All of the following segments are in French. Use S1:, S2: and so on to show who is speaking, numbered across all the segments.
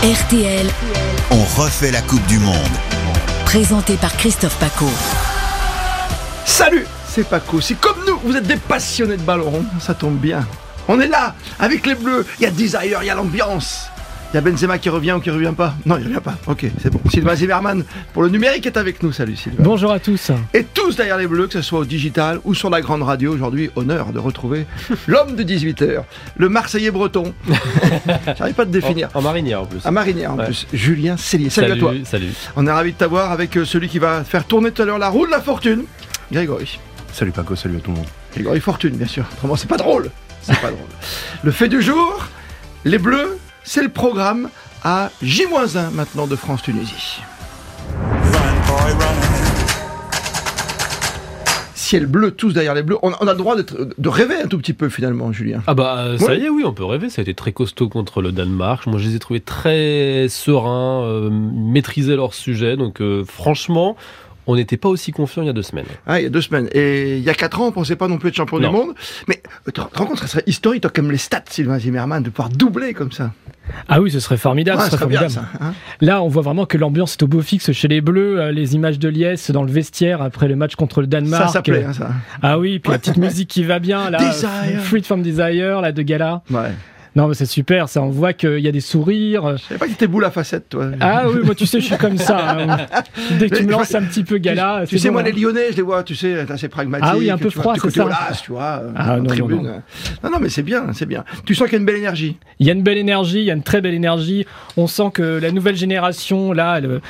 S1: RTL,
S2: On refait la Coupe du Monde.
S1: présenté par Christophe Paco.
S3: Salut, c'est Paco. Si comme nous, vous êtes des passionnés de ballon rond, ça tombe bien. On est là, avec les bleus. Il y a Desire, il y a l'ambiance. Il y a Benzema qui revient ou qui revient pas. Non, il revient pas. Ok, c'est bon. Sylvain Zimmerman pour le numérique est avec nous. Salut Sylvain.
S4: Bonjour à tous.
S3: Et tous derrière les bleus, que ce soit au digital ou sur la grande radio, aujourd'hui, honneur de retrouver l'homme de 18h, le Marseillais breton. J'arrive pas à te
S4: Oh.
S3: définir.
S5: En, en marinière en plus.
S3: À Marinière en
S5: Ouais.
S3: plus, Julien Cellier. Ah, Salut, à toi.
S5: Salut.
S3: On est ravis de t'avoir avec euh, celui qui va faire tourner tout à l'heure la roue de la fortune, Grégory.
S5: Salut Paco, salut à tout le monde.
S3: Grégory Fortune, bien sûr. Autrement, c'est pas drôle. C'est pas drôle. Le fait du jour, les Bleus, c'est le programme à J-1 maintenant de France-Tunisie. Ciel bleu, tous derrière les bleus. On on a le droit d'être- de rêver un tout petit peu finalement, Julien.
S5: Ah bah euh, ça
S3: Ouais.
S5: y est, oui, on peut rêver. Ça a été très costaud contre le Danemark. Moi, je les ai trouvés très sereins, euh, maîtrisaient leur sujet. Donc euh, franchement, on n'était pas aussi confiants il y a deux semaines.
S3: Ah, il y a deux semaines. Et il y a quatre ans, on pensait pas non plus être champion du
S5: Non.
S3: monde. Mais euh, tu te rends compte, ça serait historique, toi, comme les stats, Sylvain Zimmermann, de pouvoir doubler comme ça.
S4: Ah oui, ce serait formidable.
S3: Ah,
S4: ce
S3: ça
S4: serait
S3: serait bien
S4: formidable.
S3: ça. hein.
S4: Là, on voit vraiment que l'ambiance est au beau fixe chez les Bleus. euh, Les images de Liesse dans le vestiaire après le match contre le Danemark.
S3: ça, ça plaît, hein, ça.
S4: Ah oui, puis la petite musique qui va bien. Là,
S3: Desire.
S4: Freed from Desire, là de Gala.
S3: Ouais.
S4: Non, mais c'est super. Ça, on voit qu'il y a des sourires.
S3: Je savais pas que t'étais boule à facette, toi.
S4: Ah oui, moi tu sais, je suis comme ça. hein. Dès que tu me lances un petit peu Gala,
S3: Tu
S4: c'est
S3: sais,
S4: bon,
S3: moi,
S4: hein.
S3: les Lyonnais, je les vois, tu sais, assez pragmatiques.
S4: Ah oui, un peu
S3: tu vois,
S4: froid,
S3: petit
S4: c'est
S3: côté
S4: ça.
S3: Wallace, tu vois,
S4: Ah,
S3: en
S4: non, non,
S3: tribune. Non,
S4: non.
S3: non. mais c'est bien, c'est bien. Tu sens qu'il y a une belle énergie.
S4: Il y a une belle énergie, il y a une très belle énergie. On sent que la nouvelle génération, là, elle,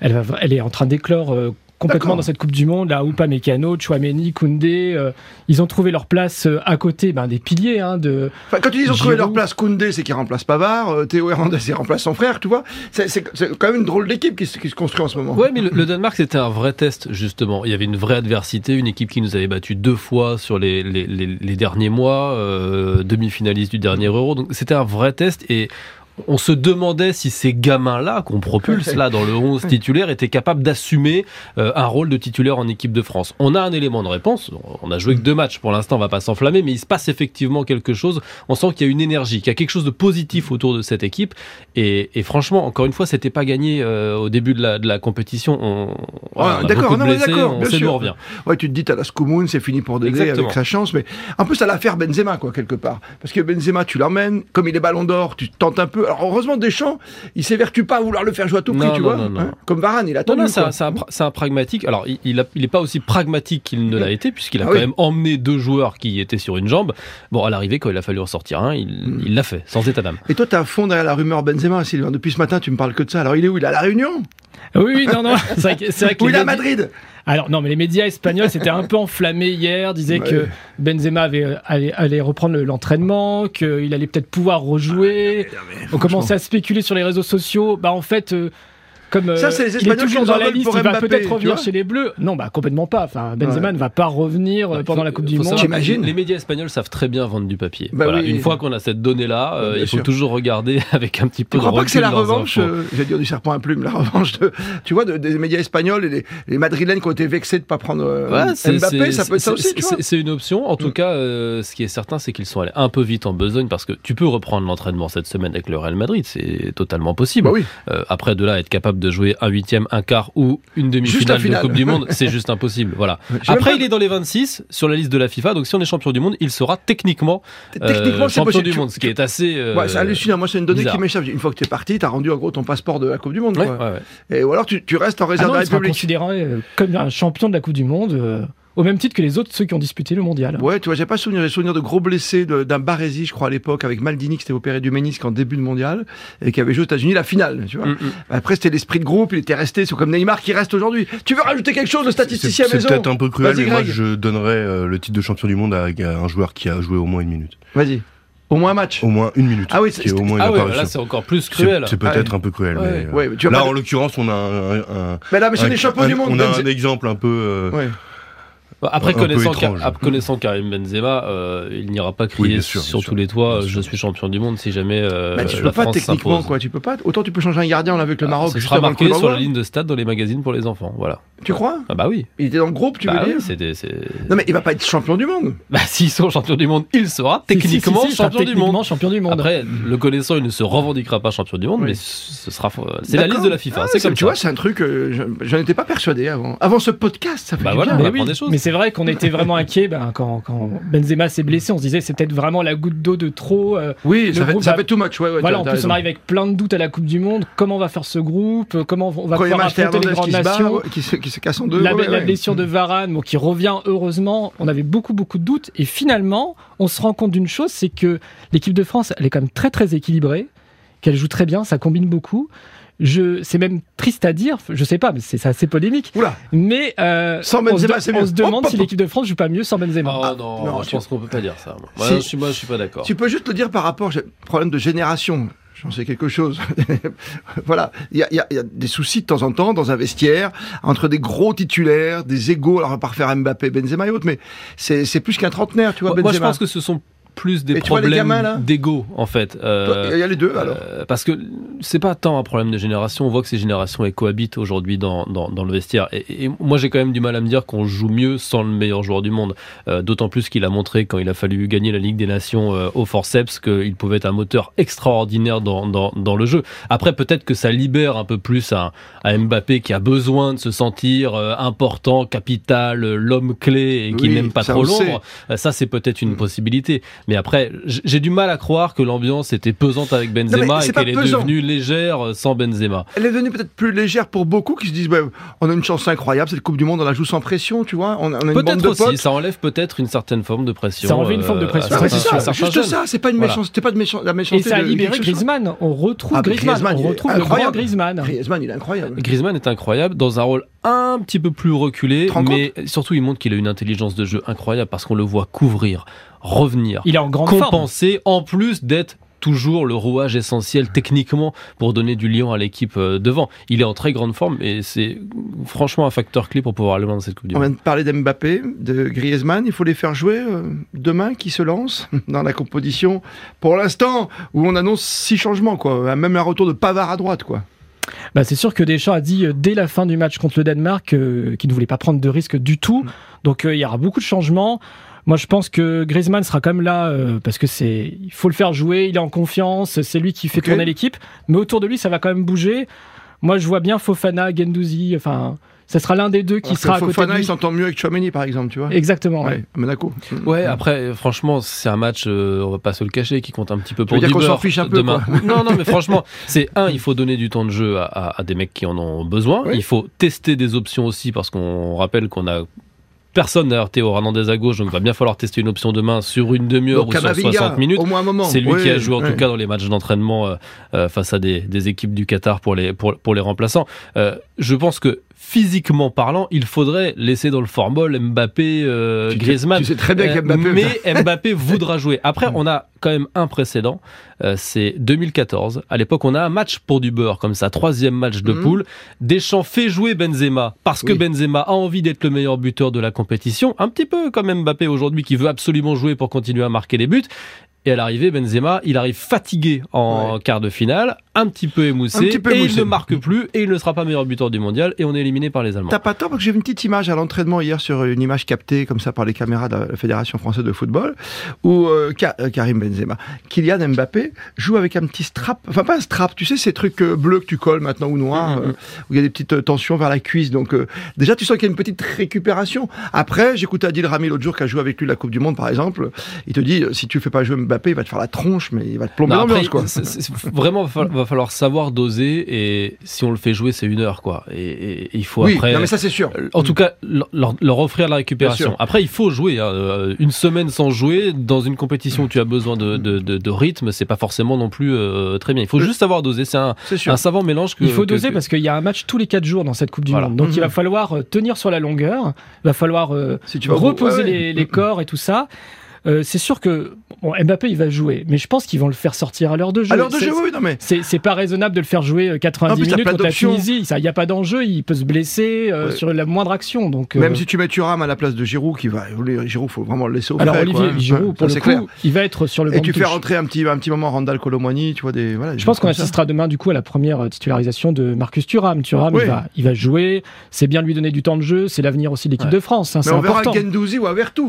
S4: elle, va- elle est en train d'éclore euh,
S3: D'accord.
S4: complètement dans cette Coupe du Monde. Là, Oupa Mécano, Chouameni, Koundé, euh, ils ont trouvé leur place euh, à côté ben, des piliers. hein, de...
S3: Enfin, quand ils ont trouvé
S4: Giroud.
S3: leur place, Koundé, c'est qu'il remplace Pavard, euh, Théo Hernandez, il remplace son frère, tu vois. C'est- C'est c'est quand même une drôle d'équipe qui, se- qui se construit en ce moment.
S5: Ouais, mais le, le Danemark, c'était un vrai test, justement. Il y avait une vraie adversité, une équipe qui nous avait battu deux fois sur les, les, les- les derniers mois, euh, demi-finaliste du dernier Euro. Donc, c'était un vrai test et on se demandait si ces gamins-là, qu'on propulse là dans le 11 titulaire, étaient capables d'assumer euh, un rôle de titulaire en équipe de France. On a un élément de réponse. On a joué que deux matchs pour l'instant, on va pas s'enflammer, mais il se passe effectivement quelque chose. On sent qu'il y a une énergie, qu'il y a quelque chose de positif autour de cette équipe. Et, et franchement, encore une fois, c'était pas gagné euh, au début de la, de la compétition. On, voilà, on a
S3: d'accord,
S5: beaucoup de
S3: non, mais
S5: blessés,
S3: d'accord,
S5: on
S3: bien
S5: sait d'où
S3: sûr.
S5: on revient.
S3: Ouais, tu te dis, t'as la Scoumoun, c'est fini pour Dédé
S5: Exactement.
S3: avec sa chance, mais en plus, t'as l'affaire Benzema, quoi, quelque part. Parce que Benzema, tu l'emmènes, comme il est ballon d'or, tu tentes un peu. Alors, heureusement, Deschamps, il s'évertue pas à vouloir le faire jouer à tout prix,
S5: Non,
S3: tu
S5: non,
S3: vois. Hein,
S5: non, non.
S3: comme Varane, il attend.
S5: Non, non, c'est un, c'est un pra- c'est un pragmatique. Alors, il- il n'est pas aussi pragmatique qu'il ne l'a été, puisqu'il a
S3: Ah
S5: quand
S3: oui.
S5: même emmené deux joueurs qui étaient sur une jambe. Bon, à l'arrivée, quand il a fallu en sortir un,
S3: Hmm.
S5: il il l'a fait, sans état d'âme.
S3: Et toi, t'es à fond derrière la rumeur Benzema, Sylvain. Depuis ce matin, tu me parles que de ça. Alors, il est où Il est à La Réunion
S4: Oui, oui, non, non. C'est vrai que, c'est vrai que
S3: Ou il
S4: les
S3: est à
S4: médias-
S3: Madrid
S5: Eh,
S4: Alors, non, mais les médias espagnols s'étaient un peu enflammés hier, disaient
S3: Ouais.
S4: que Benzema avait, euh, allait, allait reprendre le- l'entraînement, qu'il allait peut-être pouvoir rejouer. On commençait à spéculer sur les réseaux sociaux. Bah en fait, euh, comme
S3: Ça, c'est les
S4: il est
S3: Espagnols qui
S4: toujours
S3: nous
S4: dans la
S3: envolent
S4: liste,
S3: pour
S4: il va
S3: Mbappé, tu
S4: peut-être revenir
S3: vois
S4: chez les Bleus. Non, bah complètement pas. Enfin, Benzema
S3: Ouais. Bah,
S4: ne va pas revenir euh,
S5: Ouais,
S4: pendant
S5: faut-
S4: la Coupe du
S5: faut
S4: Monde.
S5: savoir que
S3: J'imagine.
S5: Les médias espagnols savent très bien vendre du papier.
S3: Bah
S5: Voilà,
S3: oui.
S5: Une fois qu'on a cette donnée-là, euh,
S3: Bien
S5: il faut
S3: sûr.
S5: toujours regarder avec un petit peu
S3: Tu
S5: de
S3: crois pas que c'est la
S5: recul leurs
S3: revanche,
S5: infos.
S3: euh, j'allais dire du serpent à plume, la revanche de, tu vois, de- des médias espagnols et des, les madrilènes qui ont été vexés de pas prendre euh,
S5: Ouais, c'est-
S3: Mbappé,
S5: c'est-
S3: ça peut être ça
S5: c'est-
S3: aussi, tu
S5: c'est-
S3: vois.
S5: C'est une option. En tout
S3: Mm.
S5: cas, euh, ce qui est certain, c'est qu'ils sont allés un peu vite en besogne parce que tu peux reprendre l'entraînement cette semaine avec le Real Madrid. C'est totalement possible.
S3: Bah oui,
S5: Euh, après, de là, à être capable de jouer un huitième, un quart ou une
S3: Juste la
S5: demi-finale de
S3: finale.
S5: Coupe du Monde, c'est juste impossible. Voilà.
S3: J'ai
S5: Après,
S3: même
S5: il est dans les 26 sur la liste de la FIFA. Donc, si on est champion du monde, il sera techniquement,
S3: pas-
S5: euh,
S3: techniquement, c'est
S5: champion
S3: possible.
S5: du
S3: Tu-
S5: monde, ce qui est assez. euh,
S3: Ouais, c'est hallucinant. Moi, c'est une donnée
S5: bizarre.
S3: qui m'échappe. Une fois que t'es parti, t'as rendu en gros ton passeport de la Coupe du Monde.
S5: Ouais,
S3: quoi.
S5: ouais, ouais.
S3: Et, ou alors tu, tu restes en
S4: Ah
S3: réserve
S4: non,
S3: de la
S4: il sera
S3: République.
S4: considéré euh, comme un champion de la Coupe du Monde, euh, au même titre que les autres ceux qui ont disputé le mondial.
S3: Ouais, tu vois, j'ai pas souvenir, j'ai souvenir de gros blessés de- d'un Barési, je crois, à l'époque, avec Maldini qui s'était opéré du ménisque en début de mondial et qui avait joué aux États-Unis la finale, tu vois.
S5: Mm, mm.
S3: Après, c'était l'esprit de groupe, il était resté, c'est comme Neymar qui reste aujourd'hui. Tu veux rajouter quelque chose, le
S6: C'est
S3: statisticien
S6: c'est
S3: maison
S6: peut-être un peu cruel,
S3: Vas-y,
S6: mais moi
S3: Greg.
S6: je donnerais euh, le titre de champion du monde à, à un joueur qui a joué au moins une minute.
S3: Vas-y, au moins un match.
S6: Au moins une minute.
S3: Ah oui,
S6: qui est
S3: c'est-
S6: au moins une
S5: Ah ouais,
S6: apparition.
S5: là, c'est encore plus
S6: C'est-
S5: cruel.
S6: C'est peut-être un peu cruel.
S5: Ouais.
S6: Mais, euh,
S3: Ah, Ouais, mais tu as
S6: là,
S3: pas-
S6: en l'occurrence, on a un. un- un-
S3: Mais là, mais c'est
S6: un-
S3: des champions
S6: un-
S3: du monde.
S6: On a
S3: Benze-
S6: un exemple un peu. euh,
S3: Ouais.
S5: Bah, Après,
S6: Un peu
S5: connaissant,
S6: étrange.
S5: Ka- connaissant Karim Benzema, euh, il n'ira pas
S6: Oui,
S5: crier
S6: bien sûr, bien
S5: sur
S6: sûr,
S5: tous les toits
S6: bien
S5: euh, Je
S6: sûr.
S5: suis champion du monde si jamais euh,
S3: Bah, tu
S5: la
S3: peux pas
S5: France
S3: techniquement
S5: s'impose.
S3: quoi, tu peux pas. Autant tu peux changer un gardien, on l'a vu avec le
S5: Ah,
S3: Maroc.
S5: ça
S3: juste
S5: sera
S3: avant le coup
S5: marqué sur
S3: d'envoi.
S5: la ligne de stade dans les magazines pour les enfants. Voilà.
S3: Tu crois
S5: Ah bah oui.
S3: Il était dans le groupe, tu
S5: Bah
S3: veux
S5: oui,
S3: dire
S5: c'est des- c'est-
S3: Non mais il va pas être champion du monde.
S5: Bah, s'ils sont champions du monde, il sera
S4: Si, si, si,
S5: techniquement
S4: si, il sera
S5: champion du
S4: techniquement
S5: monde.
S4: champion du monde.
S5: Après, le connaissant, il ne se revendiquera pas champion du monde,
S3: Oui.
S5: mais ce sera. euh, C'est la
S3: D'accord.
S5: liste de la FIFA.
S3: Ah,
S5: c'est comme
S3: tu vois, c'est un truc. euh, je- J'en étais pas persuadé avant. Avant ce podcast, ça fait
S5: Bah
S3: du
S5: voilà,
S3: bien.
S5: on
S4: Ah, Mais
S5: apprend
S4: oui,
S5: des choses.
S4: Mais c'est vrai qu'on était vraiment inquiet ben, quand, quand Benzema s'est blessé. On se disait c'est peut-être vraiment la goutte d'eau de trop. euh,
S3: Oui,
S4: Le
S3: ça fait,
S4: groupe
S3: ça
S4: va-
S3: fait too much. Ouais, ouais,
S4: voilà,
S3: t'as-
S4: en
S3: t'as
S4: plus
S3: raison.
S4: on arrive avec plein de doutes à la Coupe du Monde. Comment va faire ce groupe Comment on va
S3: Premier
S4: pouvoir
S3: match, t'es
S4: affronter
S3: Hernandez
S4: les grandes
S3: qui se barre,
S4: nations
S3: ouais, qui se, qui se casse en deux.
S4: la,
S3: ouais,
S4: la
S3: ouais.
S4: blessure de Varane, bon, qui revient heureusement, on avait beaucoup beaucoup de doutes et finalement on se rend compte d'une chose, c'est que l'équipe de France elle est quand même très très équilibrée, qu'elle joue très bien, ça combine beaucoup. Je, c'est même triste à dire, je sais pas, mais c'est c'est assez polémique.
S3: Oula,
S4: Mais euh,
S3: Sans
S4: on, se,
S3: Benzema,
S4: de-
S3: c'est
S4: on
S3: mieux.
S4: se demande
S3: Hop, hop,
S4: si
S3: hop.
S4: l'équipe de France joue pas mieux sans Benzema.
S5: Oh
S3: Ah,
S5: non,
S3: non,
S5: je
S3: tu-
S5: pense qu'on peut pas dire ça. moi.
S3: Si-
S5: Ouais, je, suis, moi, je suis pas d'accord.
S3: tu peux juste le dire par rapport. j'ai- Problème de génération. J'en sais quelque chose. voilà. Il y a, il y a- il y a des soucis de temps en temps dans un vestiaire, entre des gros titulaires, des égaux. Alors, on va pas refaire Mbappé, Benzema et autres, mais c'est c'est plus qu'un trentenaire, tu vois,
S5: Moi,
S3: Benzema.
S5: moi, je pense que ce sont plus des
S3: Mais tu vois les gamins, là
S5: problèmes d'ego, en fait. Euh,
S3: Toi, Il y a les deux, alors.
S5: Euh, parce que c'est pas tant un problème de génération. On voit que ces générations elles cohabitent aujourd'hui dans, dans, dans le vestiaire. Et, et moi, j'ai quand même du mal à me dire qu'on joue mieux sans le meilleur joueur du monde. Euh, D'autant plus qu'il a montré quand il a fallu gagner la Ligue des Nations euh, au forceps qu'il pouvait être un moteur extraordinaire dans, dans, dans le jeu. Après, peut-être que ça libère un peu plus à, à Mbappé qui a besoin de se sentir euh, important, capital, euh, l'homme clé et qui
S3: Oui,
S5: n'aime pas
S3: ça,
S5: trop
S3: on sait.
S5: l'ombre. Euh, Ça, c'est peut-être
S3: Mm.
S5: une possibilité. Mais après, j- j'ai du mal à croire que l'ambiance était pesante avec
S3: Non,
S5: Benzema
S3: mais c'est
S5: et qu'elle est
S3: pas pesant.
S5: devenue légère euh, sans Benzema.
S3: Elle est devenue peut-être plus légère pour beaucoup qui se disent bah, on a une chance incroyable, cette Coupe du Monde, on la joue sans pression, tu vois. On a, on a une bande
S5: Peut-être
S3: de
S5: aussi,
S3: potes.
S5: ça enlève peut-être une certaine forme de pression.
S4: Ça enlève une forme de
S5: euh, à
S4: pression.
S3: Non, mais
S5: certains-
S3: c'est ça,
S5: à certains
S3: juste
S5: jeunes.
S3: ça, c'est pas une
S5: Voilà.
S3: méchanceté, c'était pas de méchan- la
S4: Et
S3: méchanceté.
S4: ça a
S3: de-
S4: libéré
S3: quelque chose.
S4: Griezmann. On retrouve
S3: Ah, mais
S4: Griezmann,
S3: Griezmann, il
S4: on
S3: est
S4: retrouve
S3: incroyable.
S4: le grand Griezmann.
S3: Griezmann, il est incroyable.
S5: Griezmann est incroyable dans un rôle un petit peu plus reculé,
S3: te rends
S5: mais surtout il montre qu'il a une intelligence de jeu incroyable parce qu'on le voit couvrir, revenir,
S4: Il est en grande forme.
S5: compenser en plus d'être toujours le rouage essentiel techniquement pour donner du lion à l'équipe euh, devant. Il est en très grande forme et c'est franchement un facteur clé pour pouvoir aller loin dans cette Coupe du
S3: On
S5: Monde.
S3: vient de parler d'Mbappé, de Griezmann, il faut les faire jouer euh, demain qui se lance dans la composition pour l'instant où on annonce six changements quoi, même un retour de Pavard à droite quoi.
S4: Bah, c'est sûr que Deschamps a dit euh, dès la fin du match contre le Danemark euh, qu'il ne voulait pas prendre de risque du tout.
S3: Mm.
S4: Donc euh, il y aura beaucoup de changements. Moi, je pense que Griezmann sera quand même là euh, parce que c'est, il faut le faire jouer. Il est en confiance, c'est lui qui fait
S3: Ok.
S4: tourner l'équipe. Mais autour de lui, ça va quand même bouger. Moi, je vois bien Fofana, Gendouzi. Enfin, ça sera l'un des deux qui
S3: Alors que
S4: sera à côté de
S3: Fofana, il
S4: lui.
S3: s'entend mieux avec Chouameni par exemple, tu vois.
S4: Exactement. ouais.
S3: Ouais, à Monaco.
S5: Ouais, après, euh, franchement, c'est un match, euh, on va pas se le cacher, qui compte un petit peu pour
S3: veux dire qu'on
S5: Bieber
S3: s'en fiche un peu,
S5: demain. Non, non, mais franchement, c'est un, il faut donner du temps de jeu à, à- à des mecs qui en ont besoin.
S3: Oui.
S5: Il faut tester des options aussi, parce qu'on rappelle qu'on a personne d'ailleurs Théo Hernandez à gauche, donc il va bien falloir tester une option demain sur une demi-heure
S3: Donc
S5: ou sur
S3: Camavinga,
S5: 60 minutes.
S3: au moins un moment.
S5: C'est lui
S3: Ouais,
S5: qui a joué en
S3: ouais.
S5: tout cas dans les matchs d'entraînement euh, euh, face à des, des équipes du Qatar pour les, pour, pour les remplaçants. Euh, je pense que physiquement parlant, il faudrait laisser dans le formol Mbappé, euh,
S3: Tu sais-
S5: Griezmann.
S3: Tu sais très bien
S5: Euh,
S3: qu'Mbappé.
S5: mais Mbappé voudra jouer. Après, on a quand même un précédent, euh, c'est 2014. À l'époque, on a un match pour du beurre, comme ça, troisième match de
S3: Mhm.
S5: poule. Deschamps fait jouer Benzema parce que
S3: Oui.
S5: Benzema a envie d'être le meilleur buteur de la compétition, un petit peu comme Mbappé aujourd'hui qui veut absolument jouer pour continuer à marquer les buts. Et à l'arrivée, Benzema, il arrive fatigué en quart de finale, un petit peu émoussé,
S3: Un petit peu
S5: et il
S3: émoussé.
S5: ne marque plus, et il ne sera pas meilleur buteur du mondial, et on est éliminé par les Allemands.
S3: T'as pas tort parce que j'ai vu une petite image à l'entraînement hier sur une image captée comme ça par les caméras de la Fédération française de football où euh, Ka- euh, Karim Benzema, Kylian Mbappé joue avec un petit strap, enfin pas un strap, tu sais ces trucs euh, bleus que tu colles maintenant ou noirs
S5: Mm,
S3: euh, où il y a des petites euh, tensions vers la cuisse donc euh, déjà tu sens qu'il y a une petite récupération. Après j'écoutais Adil Rami l'autre jour qui a joué avec lui la Coupe du Monde par exemple, il te dit euh, si tu fais pas jouer Mbappé il va te faire la tronche mais il va te plomber
S5: Non, après,
S3: l'ambiance quoi.
S5: c'est- c'est- vraiment, va falloir- va falloir savoir doser et si on le fait jouer, c'est une heure quoi. Et, et- il faut
S3: Oui,
S5: après.
S3: non mais ça c'est sûr.
S5: En tout cas, leur- leur, leur offrir la récupération.
S3: Bien sûr.
S5: Après, il faut jouer. hein. Euh, Une semaine sans jouer dans une compétition où tu as besoin de, de, de- de rythme, c'est pas forcément non plus euh, très bien. Il faut
S3: Euh,
S5: juste savoir doser. C'est un,
S3: C'est sûr.
S5: un savant mélange que.
S4: Il faut
S5: que-
S4: doser
S5: que-
S4: parce qu'il y a un match tous les 4 jours dans cette Coupe du
S5: Voilà.
S4: Monde. Donc il va
S3: Mhm.
S4: falloir euh, tenir sur la longueur, il va falloir euh,
S3: Si tu vas au bout, ouais,
S4: reposer
S3: ouais.
S4: les, les corps et tout ça. Euh, c'est sûr que bon, Mbappé, il va jouer, mais je pense qu'ils vont le faire sortir à l'heure de jeu.
S3: À l'heure de
S4: C'est-
S3: jeu, oui, non mais.
S4: C'est c'est pas raisonnable de le faire jouer euh,
S3: En
S4: 90
S3: plus, t'as
S4: minutes
S3: pas
S4: contre la
S3: d'option.
S4: Tunisie. Il n'y a pas d'enjeu, il peut se blesser euh,
S3: Ouais.
S4: sur la moindre action. Donc, euh,
S3: Même si tu mets Thuram à la place de Giroud, qui va. Giroud, faut vraiment le laisser au
S4: alors
S3: frais, quoi,
S4: Olivier
S3: hein.
S4: Giroud,
S3: Ouais,
S4: pour
S3: ça,
S4: le
S3: c'est
S4: coup,
S3: clair.
S4: il va être sur le banc.
S3: Et
S4: de
S3: tu fais
S4: touche.
S3: rentrer un petit, un petit moment Randall Colomwani, tu vois des. Voilà, des
S4: Je
S3: gens
S4: pense qu'on
S3: comme ça.
S4: assistera demain du coup à la première euh, titularisation de Marcus Thuram. Thuram,
S3: Oui.
S4: il, va, il va jouer. C'est bien de lui donner du temps de jeu. C'est l'avenir aussi de l'équipe
S5: Ouais.
S4: de France. hein, c'est
S3: Mais on verra
S4: important.
S3: Gendouzi ou Avertu.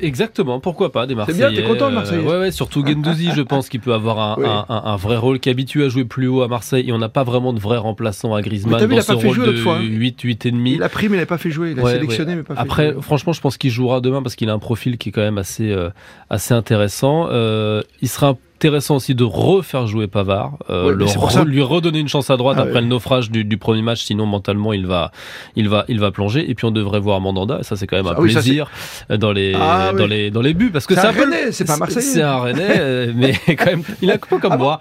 S5: Exactement, pourquoi pas, des
S3: C'est
S5: Marseillais.
S3: bien, t'es content, le Marseillais.
S5: euh, ouais, ouais, surtout Gendouzi, je pense qu'il peut avoir un,
S3: Oui.
S5: un- un- un vrai rôle qu'habitué à jouer plus haut à Marseille. Et on n'a pas vraiment de vrai remplaçant à
S3: Mais
S5: Griezmann
S3: t'as vu, il
S5: dans
S3: a
S5: ce
S3: pas fait
S5: rôle
S3: jouer
S5: de
S3: l'autre fois, hein.
S5: 8, 8,5.
S3: Il a pris, mais il n'a pas fait jouer. Il a
S5: Ouais,
S3: sélectionné,
S5: ouais.
S3: mais pas fait
S5: Après,
S3: jouer.
S5: franchement, je pense qu'il jouera demain parce qu'il a un profil qui est quand même assez, euh, assez intéressant. Euh, il sera intéressant aussi de refaire jouer Pavard, euh,
S3: Ouais, mais
S5: le
S3: c'est pour
S5: re-
S3: ça.
S5: lui redonner une chance à droite
S3: Ah
S5: après
S3: ouais.
S5: le naufrage du, du premier match, sinon mentalement il va, il va, il va plonger. Et puis on devrait voir Mandanda, et ça c'est quand même un
S3: Ah oui, ça,
S5: plaisir euh, dans les,
S3: Ah
S5: dans
S3: oui.
S5: les, dans les buts parce que
S3: C'est
S5: ça
S3: un Rennais, c'est pas Marseillais.
S5: C'est un Rennais, euh, mais quand même, il a un peu comme moi,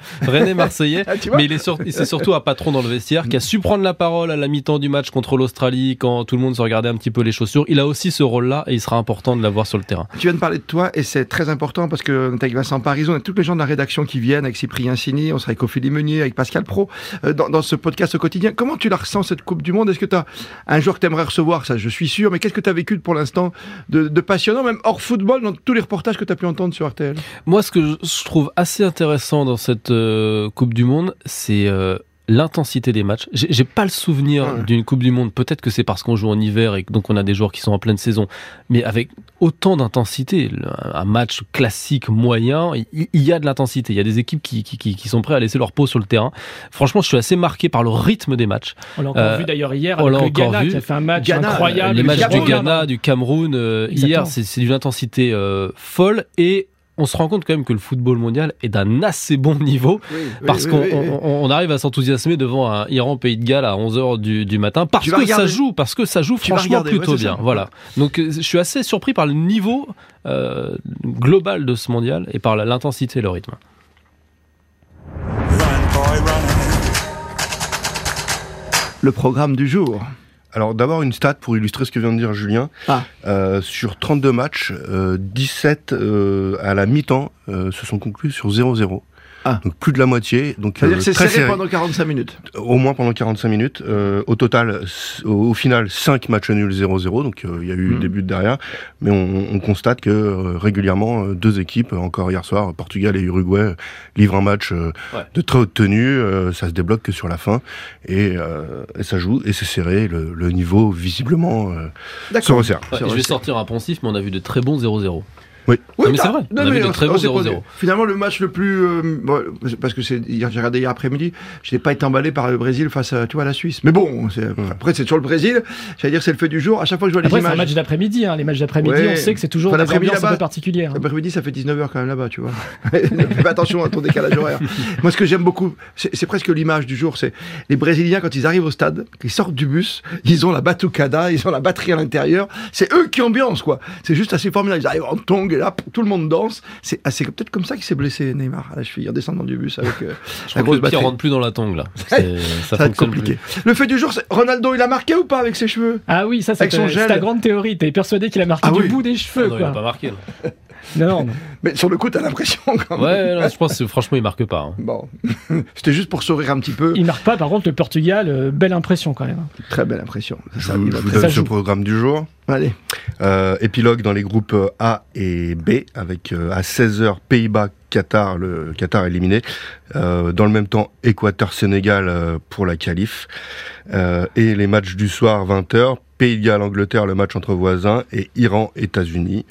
S5: Rennais Marseillais.
S3: Ah, tu vois
S5: Mais il est sur- c'est surtout un patron dans le vestiaire qui a su prendre la parole à la mi-temps du match contre l'Australie quand tout le monde se regardait un petit peu les chaussures. Il a aussi ce rôle-là et il sera important de l'avoir sur le terrain.
S3: Tu viens de parler de toi et c'est très important parce que on est avec Vincent Parison et toutes les gens de la rédaction qui viennent avec Cyprien Sini, on sera avec Ophélie Meunier, avec Pascal Pro euh, dans, dans ce podcast au quotidien. Comment tu la ressens cette Coupe du Monde Est-ce que tu as un joueur que tu aimerais recevoir Ça, je suis sûr, mais qu'est-ce que tu as vécu pour l'instant de, de passionnant, même hors football, dans tous les reportages que tu as pu entendre sur RTL
S5: Moi, ce que je- je trouve assez intéressant dans cette euh, Coupe du Monde, c'est euh, l'intensité des matchs. J'ai j'ai pas le souvenir
S3: Ouais.
S5: d'une Coupe du Monde. Peut-être que c'est parce qu'on joue en hiver et que donc on a des joueurs qui sont en pleine saison, mais avec autant d'intensité. Le- Un match classique moyen, il il y a de l'intensité. Il y a des équipes qui, qui- qui- qui sont prêtes à laisser leur peau sur le terrain. Franchement, je suis assez marqué par le rythme des matchs.
S4: On l'a encore
S5: Euh,
S4: vu d'ailleurs hier
S5: on
S4: avec
S5: l'a
S4: le
S5: encore
S4: Ghana
S5: vu.
S4: qui a fait un match
S3: Ghana,
S4: incroyable.
S5: Euh, les
S3: le
S5: matchs du
S3: Cameroun,
S5: Ghana, du Cameroun, euh,
S4: Exactement.
S5: hier, c'est c'est d'une intensité euh, folle et on se rend compte quand même que le football mondial est d'un assez bon niveau parce qu'on on- on arrive à s'enthousiasmer devant un Iran Pays de Galles à 11h du, du matin parce
S3: Tu
S5: que
S3: vas regarder.
S5: ça joue parce que ça joue
S3: Tu vas
S5: franchement
S3: regarder,
S5: plutôt
S3: ouais, c'est
S5: bien
S3: ça.
S5: voilà donc euh, je suis assez surpris par le niveau euh, global de ce mondial et par la- l'intensité et le rythme
S3: Le programme du jour.
S6: Alors d'abord une stat pour illustrer ce que vient de dire Julien.
S3: Ah.
S6: Euh, sur 32 matchs, euh, 17 euh, à la mi-temps euh, se sont conclus sur 0-0.
S3: Ah.
S6: Donc plus de la moitié, donc
S3: C'est-à-dire
S6: euh,
S3: que c'est
S6: très
S3: serré,
S6: serré,
S3: pendant 45 minutes.
S6: au moins pendant 45 minutes. Euh, au total, s- au, au final, 5 matchs nuls 0-0, donc euh, il y a eu
S3: Mhm.
S6: des buts derrière, mais on, on constate que euh, régulièrement, euh, deux équipes, euh, encore hier soir, Portugal et Uruguay, euh, livrent un match euh,
S5: Ouais.
S6: de très haute tenue, euh, ça se débloque que sur la fin, et, euh, et ça joue, et c'est serré, le, le niveau visiblement... euh, se
S3: D'accord.
S6: resserre.
S5: Ouais,
S3: C'est
S5: je
S3: vrai.
S5: vais sortir un poncif mais on a vu de très bons 0-0
S3: Oui, ah,
S5: Non, mais
S3: t'as-
S5: c'est vrai. On a vu de très bons
S3: s'est posé.
S5: 0-0.
S3: Finalement, le match le plus. euh, bon, parce que c'est hier, j'ai regardé hier après-midi, je n'ai pas été emballé par le Brésil face à, tu vois, à la Suisse. Mais bon, c'est-
S5: Mmh.
S3: après, c'est sur le Brésil. J'allais dire, c'est le fait du jour. À chaque fois que je vois
S4: Après,
S3: les
S4: c'est un
S3: images.
S4: match d'après-midi. hein. Les matchs d'après-midi,
S3: Ouais.
S4: on sait que c'est toujours
S3: Enfin,
S4: des
S3: l'après-midi,
S4: ambiances un
S3: là-bas,
S4: peu particulières. hein.
S3: L'après-midi, ça fait 19h quand même là-bas, tu vois. Fais attention à ton décalage horaire. Moi, ce que j'aime beaucoup, c'est c'est presque l'image du jour, c'est les Brésiliens, quand ils arrivent au stade, qu'ils sortent du bus, ils ont la batucada, ils ont la batterie à l'intérieur. C'est eux qui ambiancent, quoi. C'est juste assez formidable. Ils arrivent en tong, et là, tout le monde danse. C'est ah, c'est peut-être comme ça qu'il s'est blessé, Neymar, à la cheville, en descendant du bus avec euh,
S5: je
S3: la grosse
S5: crois que le pied
S3: batterie.
S5: rentre plus dans la tongue là C'est-
S3: Ça va être
S5: fonctionne plus.
S3: compliqué. Le fait du jour, c'est Ronaldo, il a marqué ou pas avec ses cheveux
S4: Ah oui, ça, c'est
S3: Avec son
S4: ta- c'est
S3: gel.
S4: ta grande théorie. T'es persuadé qu'il a marqué
S3: Ah
S4: du
S3: oui.
S4: bout des
S5: Ah
S4: cheveux.
S5: non, il
S4: quoi.
S5: a pas marqué là.
S4: Non, non,
S3: Mais sur le coup, t'as l'impression quand même.
S5: Ouais, non, je pense que franchement, il marque pas. hein.
S3: Bon, c'était juste pour sourire un petit peu.
S4: il marque pas. Par contre, le Portugal, euh, belle impression quand même.
S3: Très belle impression.
S6: Je
S3: Ça,
S6: vous,
S3: il
S6: je
S3: va
S6: vous
S3: très-
S6: donne ce
S4: joue.
S6: programme du jour.
S3: Allez.
S6: Euh, épilogue dans les groupes euh, A et B, avec euh, à 16h Pays-Bas, Qatar, le Qatar éliminé. Euh, dans le même temps, Équateur-Sénégal euh, pour la qualif. Euh, et les matchs du soir, 20h, Pays de Galles, Angleterre, le match entre voisins, et Iran, États-Unis,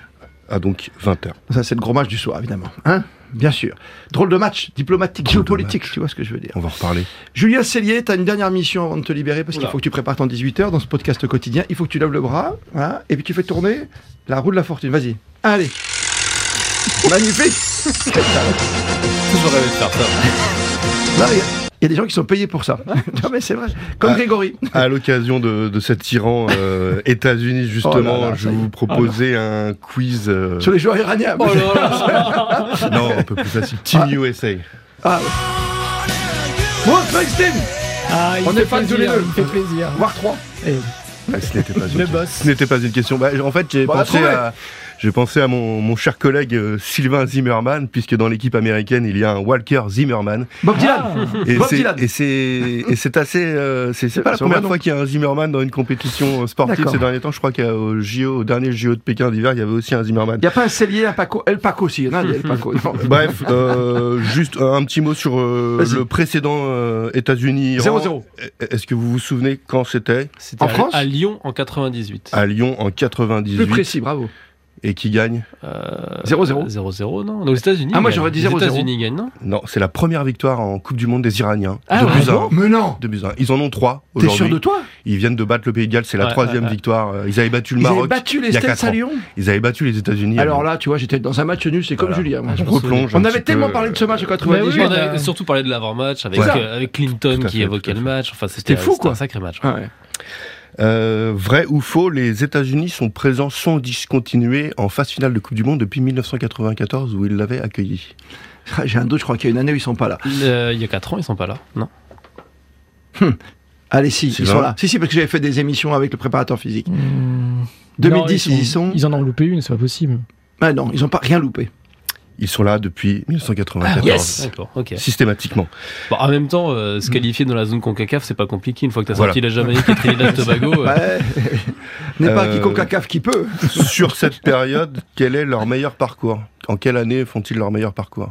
S6: à donc 20h.
S3: Ça, c'est le gros match du soir, évidemment. Hein Bien sûr. Drôle de match, diplomatique,
S6: Drôle de
S3: géopolitique,
S6: match.
S3: tu vois ce que je veux dire.
S6: On va en reparler.
S3: Julien Cellier, t'as une dernière mission avant de te libérer, parce qu'il
S5: Oula.
S3: faut que tu prépares ton 18h dans ce podcast quotidien. Il faut que tu lèves le bras, voilà, et puis tu fais tourner la roue de la fortune. Vas-y. Allez. Magnifique.
S5: Toujours rêvé de faire ça.
S3: Non, mais Il y a des gens qui sont payés pour ça. non, mais c'est vrai. Comme
S6: Ah.
S3: Grégory.
S6: À l'occasion de, de cet Iran, euh, États-Unis, justement,
S3: Oh là là,
S6: je
S3: ça y
S6: vais
S3: est.
S6: vous proposer un quiz. euh,
S3: Sur les joueurs iraniens.
S5: Oh
S6: non, un peu plus facile. Team USA.
S3: Ah, ouais. Bruce Springsteen,
S4: Ah, il
S3: On
S4: me fait
S3: est fans tous
S4: plaisir,
S3: les deux.
S4: Il me fait plaisir.
S3: voire trois.
S4: Et
S6: Ah, ce n'était pas une
S4: le
S6: question.
S4: boss.
S6: Ce n'était pas une question. Bah, en fait, j'ai
S3: Bon, on a
S6: pensé
S3: trouvé.
S6: à. J'ai pensé à mon, mon cher collègue euh, Sylvain Zimmerman, puisque dans l'équipe américaine, il y a un Walker Zimmerman.
S3: Bob Dylan
S4: Ah.
S6: Et
S3: Bob
S6: c'est-
S3: Dylan.
S6: et c'est et c'est assez. euh, c'est c'est pas la
S3: Sur moi,
S6: première
S3: non.
S6: fois qu'il y a un Zimmerman dans une compétition euh, sportive
S3: D'accord.
S6: ces derniers temps. Je crois qu'au JO, au dernier JO de Pékin d'hiver, il y avait aussi un Zimmerman.
S3: Il n'y a pas un cellier, un Paco, El Paco aussi, il y en a, il y a El Paco. Non.
S6: Bref, euh, juste un petit mot sur euh,
S3: Vas-y.
S6: le précédent euh, États-Unis. Iran.
S3: 0-0.
S6: Est-ce que vous vous souvenez quand c'était
S5: C'était
S3: En
S5: à-
S3: France Ah,
S5: à Lyon en 98.
S6: À Lyon en
S3: Plus
S6: 98
S3: précis, bravo.
S6: et qui gagne
S3: 0-0.
S5: 0-0, non. non. Aux États-Unis.
S3: Ah, moi,
S5: ils
S3: j'aurais dit
S5: gagnent.
S3: 0-0.
S5: Les États-Unis gagnent, non
S6: Non, c'est la première victoire en Coupe du Monde des Iraniens.
S5: Ah
S6: de
S5: ouais.
S6: buts à
S3: Ah
S6: un.
S3: bon Mais non
S6: De buts à un. Ils en ont trois
S3: T'es sûr
S6: aujourd'hui.
S3: de toi
S6: Ils viennent de battre le Pays de Galles, c'est la
S5: Ouais,
S6: troisième
S5: ouais, ouais.
S6: victoire. Euh, Ils avaient battu le
S3: Ils avaient
S6: Maroc.
S3: battu les
S6: il y a
S3: States
S6: quatre
S3: à
S6: ans.
S3: Lyon
S6: Ils avaient battu les États-Unis.
S3: Alors là, tu vois, j'étais dans un match nul, c'est comme
S6: Voilà. Ah,
S3: Julien. moi.
S6: je replonge.
S3: On
S6: un
S3: avait
S6: petit
S3: tellement
S6: peu,
S3: parlé de ce match en
S5: Mais
S3: 98.
S5: Bah oui, on a
S3: euh,
S5: surtout parlé de l'avant-match avec,
S3: Ouais.
S5: euh, avec Clinton
S6: Tout à
S5: qui
S6: fait,
S5: évoquait
S6: tout
S5: le
S6: à fait.
S5: match. Enfin, c'était
S3: fou,
S5: c'était
S3: quoi.
S5: un sacré match.
S3: ah ouais.
S6: Euh, vrai ou faux, les États-Unis sont présents sans discontinuer en phase finale de Coupe du Monde depuis 1994 où ils l'avaient accueilli.
S3: Ah, J'ai un doute, je crois qu'il y a une année où ils sont pas là.
S5: Euh, il y a 4 ans, ils sont pas là. Non.
S3: Allez, si, ils
S6: Sylvain
S3: sont là. Si, si, parce que j'avais fait des émissions avec le préparateur physique. 2010,
S4: Non,
S3: ils y sont.
S4: Ils en ont loupé une, c'est pas possible.
S3: Ah non, ils ont pas rien loupé.
S6: Ils sont là depuis 1994.
S3: Ah, yes
S5: D'accord, ok.
S6: Systématiquement.
S5: Bon, en même temps, euh, se qualifier dans la zone CONCACAF, c'est pas compliqué. Une fois que t'as
S6: Voilà.
S5: sorti la Jamaïque et Trinidad Tobago, euh,
S3: Ouais. N'est pas
S6: Euh,
S3: qui Concacaf qui peut.
S6: Sur cette période, quel est leur meilleur parcours En quelle année font-ils leur meilleur parcours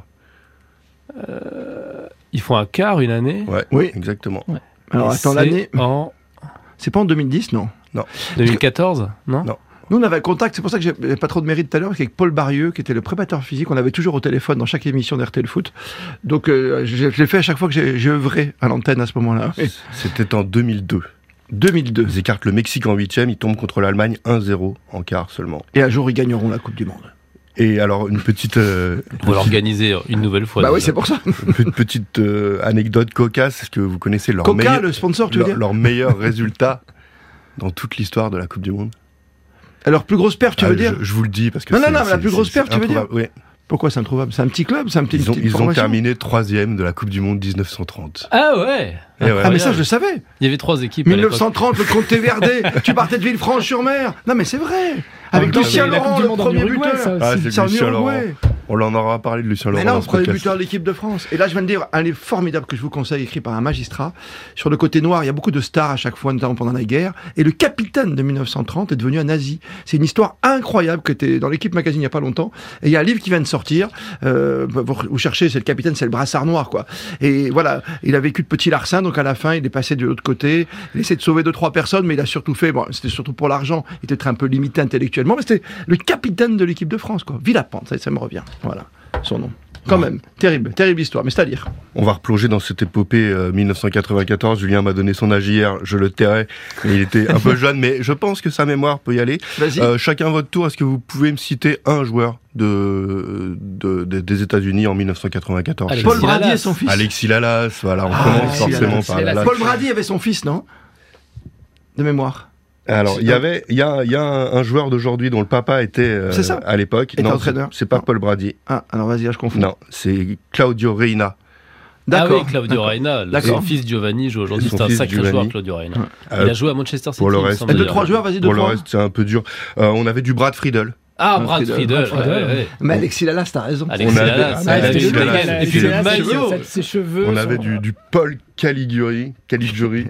S5: ils font un quart une année.
S6: Ouais,
S3: Oui.
S6: exactement.
S3: Alors
S5: Et
S3: attends,
S5: c'est
S3: l'année.
S5: En
S3: C'est pas en 2010, non
S5: 2014, non
S6: Non.
S3: Nous, on avait un contact, c'est pour ça que j'ai j'ai pas trop de mérite tout à l'heure, avec Paul Barieux, qui était le préparateur physique. On avait toujours au téléphone dans chaque émission d'RTL Foot. Donc, euh, je, je l'ai fait à chaque fois que j'ai j'ai œuvré à l'antenne à ce
S6: Ah
S3: moment-là. Et
S6: C'était en 2002.
S3: 2002.
S6: Ils écartent le Mexique en huitième, ils tombent contre l'Allemagne 1-0 en quart seulement.
S3: Et un jour, ils gagneront la Coupe du Monde.
S6: Et alors, une petite, euh,
S5: On va l'organiser euh, une nouvelle fois.
S3: bah oui,
S5: déjà.
S3: c'est pour ça.
S6: une petite euh, anecdote cocasse, est-ce que vous connaissez leur
S3: Coca,
S6: meilleur...
S3: le sponsor, tu veux
S6: leur,
S3: dire
S6: leur meilleur résultat dans toute l'histoire de la Coupe du Monde.
S3: Alors, plus grosse perf, tu veux
S6: Ah,
S3: dire
S6: je, je vous le dis parce que
S3: Non,
S6: c'est-
S3: non, non, mais la
S6: c'est-
S3: plus grosse
S6: c'est-
S3: perf,
S6: c'est
S3: tu veux dire
S6: introuvable. Oui.
S3: Pourquoi c'est introuvable C'est un petit club C'est un petit
S6: Ils ont,
S3: une petite
S6: ils ont
S3: formation
S6: terminé troisième de la Coupe du Monde 1930.
S5: Ah ouais
S6: Eh ouais.
S3: Ah, mais ça, je le savais
S5: Il y avait trois équipes. à l'époque.
S3: 1930, le comté Verdé, tu partais de Villefranche-sur-Mer. Non, mais c'est vrai Avec
S6: Ah, mais
S3: Lucien
S6: la Coupe
S3: Laurent,
S4: du
S3: le
S4: Monde en
S3: premier
S4: Uruguay,
S3: buteur.
S4: ça aussi.
S6: Ah, c'est
S3: C'est en
S6: Lucien Laurent.
S3: Uruguay.
S6: On en aura parlé de Lucien Laurent.
S3: Mais non,
S6: dans
S3: on
S6: ce
S3: prenait
S6: podcast.
S3: buteur de l'équipe de France. Et là, je viens de dire un livre formidable que je vous conseille, écrit par un magistrat. Sur le côté noir, il y a beaucoup de stars à chaque fois, notamment pendant la guerre. Et le capitaine de 1930 est devenu un nazi. C'est une histoire incroyable que était dans l'équipe magazine il n'y a pas longtemps. Et il y a un livre qui vient de sortir. Euh, vous, vous cherchez, c'est le capitaine, c'est le brassard noir, quoi. Et voilà, il a vécu de petit larcin, donc à la fin, il est passé de l'autre côté. Il a essayé de sauver deux, trois personnes, mais il a surtout fait, bon, c'était surtout pour l'argent. Il était un peu limité intellectuellement, mais c'était le capitaine de l'équipe de France, quoi. Villapente, ça, ça me revient. Voilà, son nom. Quand même, terrible, terrible histoire, mais c'est à dire
S6: On va replonger dans cette épopée euh, 1994. Julien m'a donné son âge hier, je le tairai. Et Il était un peu jeune, mais je pense que sa mémoire peut y aller.
S3: Vas-y.
S6: Euh, chacun votre tour, est-ce que vous pouvez me citer un joueur de, de- de- des États-Unis en 1994
S5: Allez.
S3: Paul
S5: Alexis
S3: Brady
S5: Lalas.
S3: et son fils.
S6: Alexis Lalas, voilà, on
S3: Ah,
S6: commence
S3: Alexis
S6: forcément
S3: Lalas,
S6: par
S4: Lalas.
S6: Lalas.
S3: Paul Brady avait son fils, non De mémoire.
S6: Alors, il y avait, il y a, il y a un, un joueur d'aujourd'hui dont le papa était euh,
S3: C'est ça.
S6: à l'époque.
S3: Était
S6: Non,
S3: entraîneur.
S6: c'est- C'est pas
S3: Non.
S6: Paul Brady.
S3: Ah, alors vas-y, là, je confonds.
S6: Non, c'est Claudio Reina.
S5: Ah
S3: D'accord.
S5: oui, Claudio Reina, le
S3: D'accord.
S5: son fils Giovanni joue aujourd'hui.
S6: Son
S5: C'est un
S6: fils
S5: sacré
S6: Giovanni.
S5: joueur, Claudio Reina.
S6: Euh,
S5: Il a joué à Manchester City.
S6: pour le
S5: il me
S6: reste.
S5: semble,
S3: Et deux,
S5: d'ailleurs.
S3: trois joueurs, vas-y, deux,
S6: Pour le
S3: trois.
S6: reste, c'est un peu dur. Euh, on avait du Brad Friedel.
S5: Ah, Brad
S3: Brad
S5: Friedel.
S4: Friedel.
S5: ouais, ouais, ouais.
S3: Mais Alexis Lalas, t'as raison.
S5: Alexis
S6: On avait-
S5: Lalas,
S6: Ah,
S5: il avait
S6: c'était
S5: une
S6: le
S5: dégaine.
S6: Lalas.
S5: Et puis le
S6: Lalas,
S5: maillot.
S4: Ses cheveux.
S6: On avait
S4: sont-
S6: du, du Paul Caliguri. Caliguri.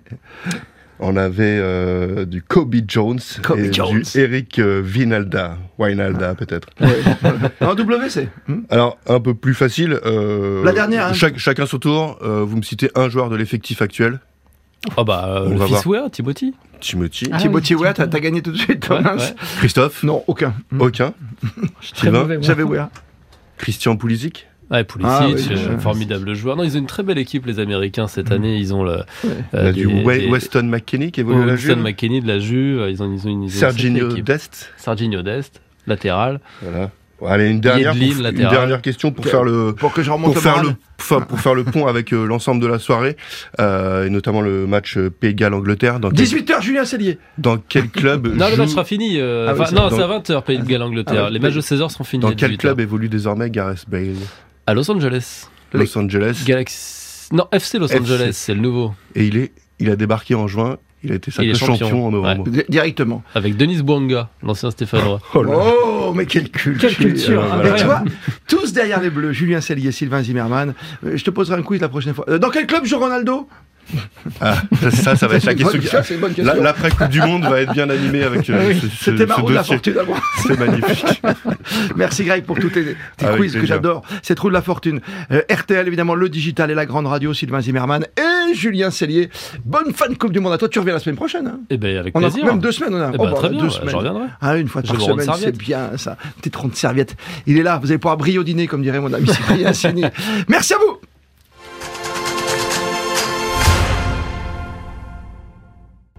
S6: On avait euh, du Kobe Jones
S3: Kobe
S6: et
S3: Jones.
S6: du Eric euh, Vinalda, Wijnalda peut-être.
S3: En WC. Hmm
S6: Alors un peu plus facile. euh,
S3: La dernière, hein.
S6: chaque- chacun son tour. euh, vous me citez un joueur de l'effectif actuel.
S5: Ah bah, euh,
S6: On
S5: le
S6: va
S5: fils Wea, Timothy.
S6: Timothy.
S4: Ah
S3: Timothy
S4: oui,
S3: Weah, t'as
S4: Timothy.
S3: t'as gagné tout de suite,
S5: Ouais,
S3: Thomas.
S5: ouais.
S6: Christophe.
S3: Non, aucun. Hmm.
S6: Mm. Aucun.
S4: Très
S6: Sylvain.
S4: mauvais, moi.
S3: J'avais Weah.
S6: Christian Pulisic.
S5: Ouais, Pulisic,
S3: Ah oui, Mm.
S5: euh,
S3: je-
S5: formidable joueur. Non, ils ont une très belle équipe, les Américains, cette année. Ils ont le.
S6: On
S5: euh,
S6: a du
S5: des-
S6: Wa-
S5: des-
S6: Weston McKinney qui évolue à la
S5: Winston
S6: Juve.
S5: McKinney de la Juve. Ils ont, ils ont une. ils ont une
S6: Serginho
S5: sacrée équipe.
S6: Dest.
S5: Serginho Dest, latéral.
S6: Voilà. Bon, Allez, une dernière,
S5: Yedlin,
S6: pour- une
S5: latéral.
S6: dernière question pour
S3: Ok.
S6: faire le,
S3: Pour que je remonte
S6: pour faire,
S3: moral.
S6: le, pour faire- pour faire le pont avec euh, l'ensemble de la soirée, euh, et notamment le match euh, Pays de Galles-Angleterre, dans, quel-
S3: 18h, Julien Cellier.
S6: dans quel club
S5: Non, le
S6: joue-
S5: match sera fini. euh,
S3: Ah oui,
S5: enfin,
S3: c'est-
S5: non,
S6: dans-
S5: c'est à 20h, Pays de Galles, Angleterre.
S3: Ah oui,
S5: les
S3: oui.
S5: matchs de 16h sont finis.
S6: dans
S5: à
S6: quel
S5: 18h.
S6: club évolue désormais Gareth Bale
S5: À Los Angeles.
S3: Le-
S6: Los Angeles.
S5: Galaxy. Non, FC Los
S6: FC.
S5: Angeles, c'est le nouveau.
S6: Et il, est, il a débarqué en juin Il a été
S5: Il
S6: sacré
S5: est
S6: champion.
S5: champion
S6: en novembre.
S3: D- Directement.
S5: Avec Denis Bouanga, l'ancien Stéphanois.
S6: Oh là là.
S3: Oh, mais quelle culture
S4: Quelle culture,
S3: Mais
S6: incroyable.
S3: tu vois, tous derrière les bleus, Julien Cellier, Sylvain Zimmermann. Euh, je te poserai un quiz la prochaine fois. Euh, Dans quel club joue Ronaldo
S6: Ah, ça, ça va être la
S3: C'est une bonne
S6: question.
S3: question, c'est une bonne
S6: La-
S3: question. Ah
S6: L'après-Coupe du Monde va être bien animée avec euh, ce, ce-
S3: C'était
S6: ce
S3: marrant de la
S6: dossier.
S3: fortune à moi.
S6: C'est magnifique.
S3: Merci Greg pour tous tes, tes
S6: Avec
S3: quiz que
S6: plaisir.
S3: j'adore. C'est Trou de la Fortune. Euh, RTL évidemment, le digital et la grande radio, Sylvain Zimmermann et Julien Cellier. Bonne fin de Coupe du Monde à toi. Tu reviens la semaine prochaine. hein.
S5: Eh bien, avec
S3: On a
S5: plaisir.
S3: même deux semaines. On a
S5: Eh
S3: oh,
S5: ben,
S3: bah,
S5: très bien,
S3: deux
S5: je
S3: semaines.
S5: reviendrai.
S3: Ah, une fois
S5: Je
S3: par
S5: vous rends une
S3: semaine, c'est
S5: serviette.
S3: bien ça. Petite ronde serviette. Il est là, vous allez pouvoir briller au dîner, comme dirait mon ami Cyprien Sini. Merci à vous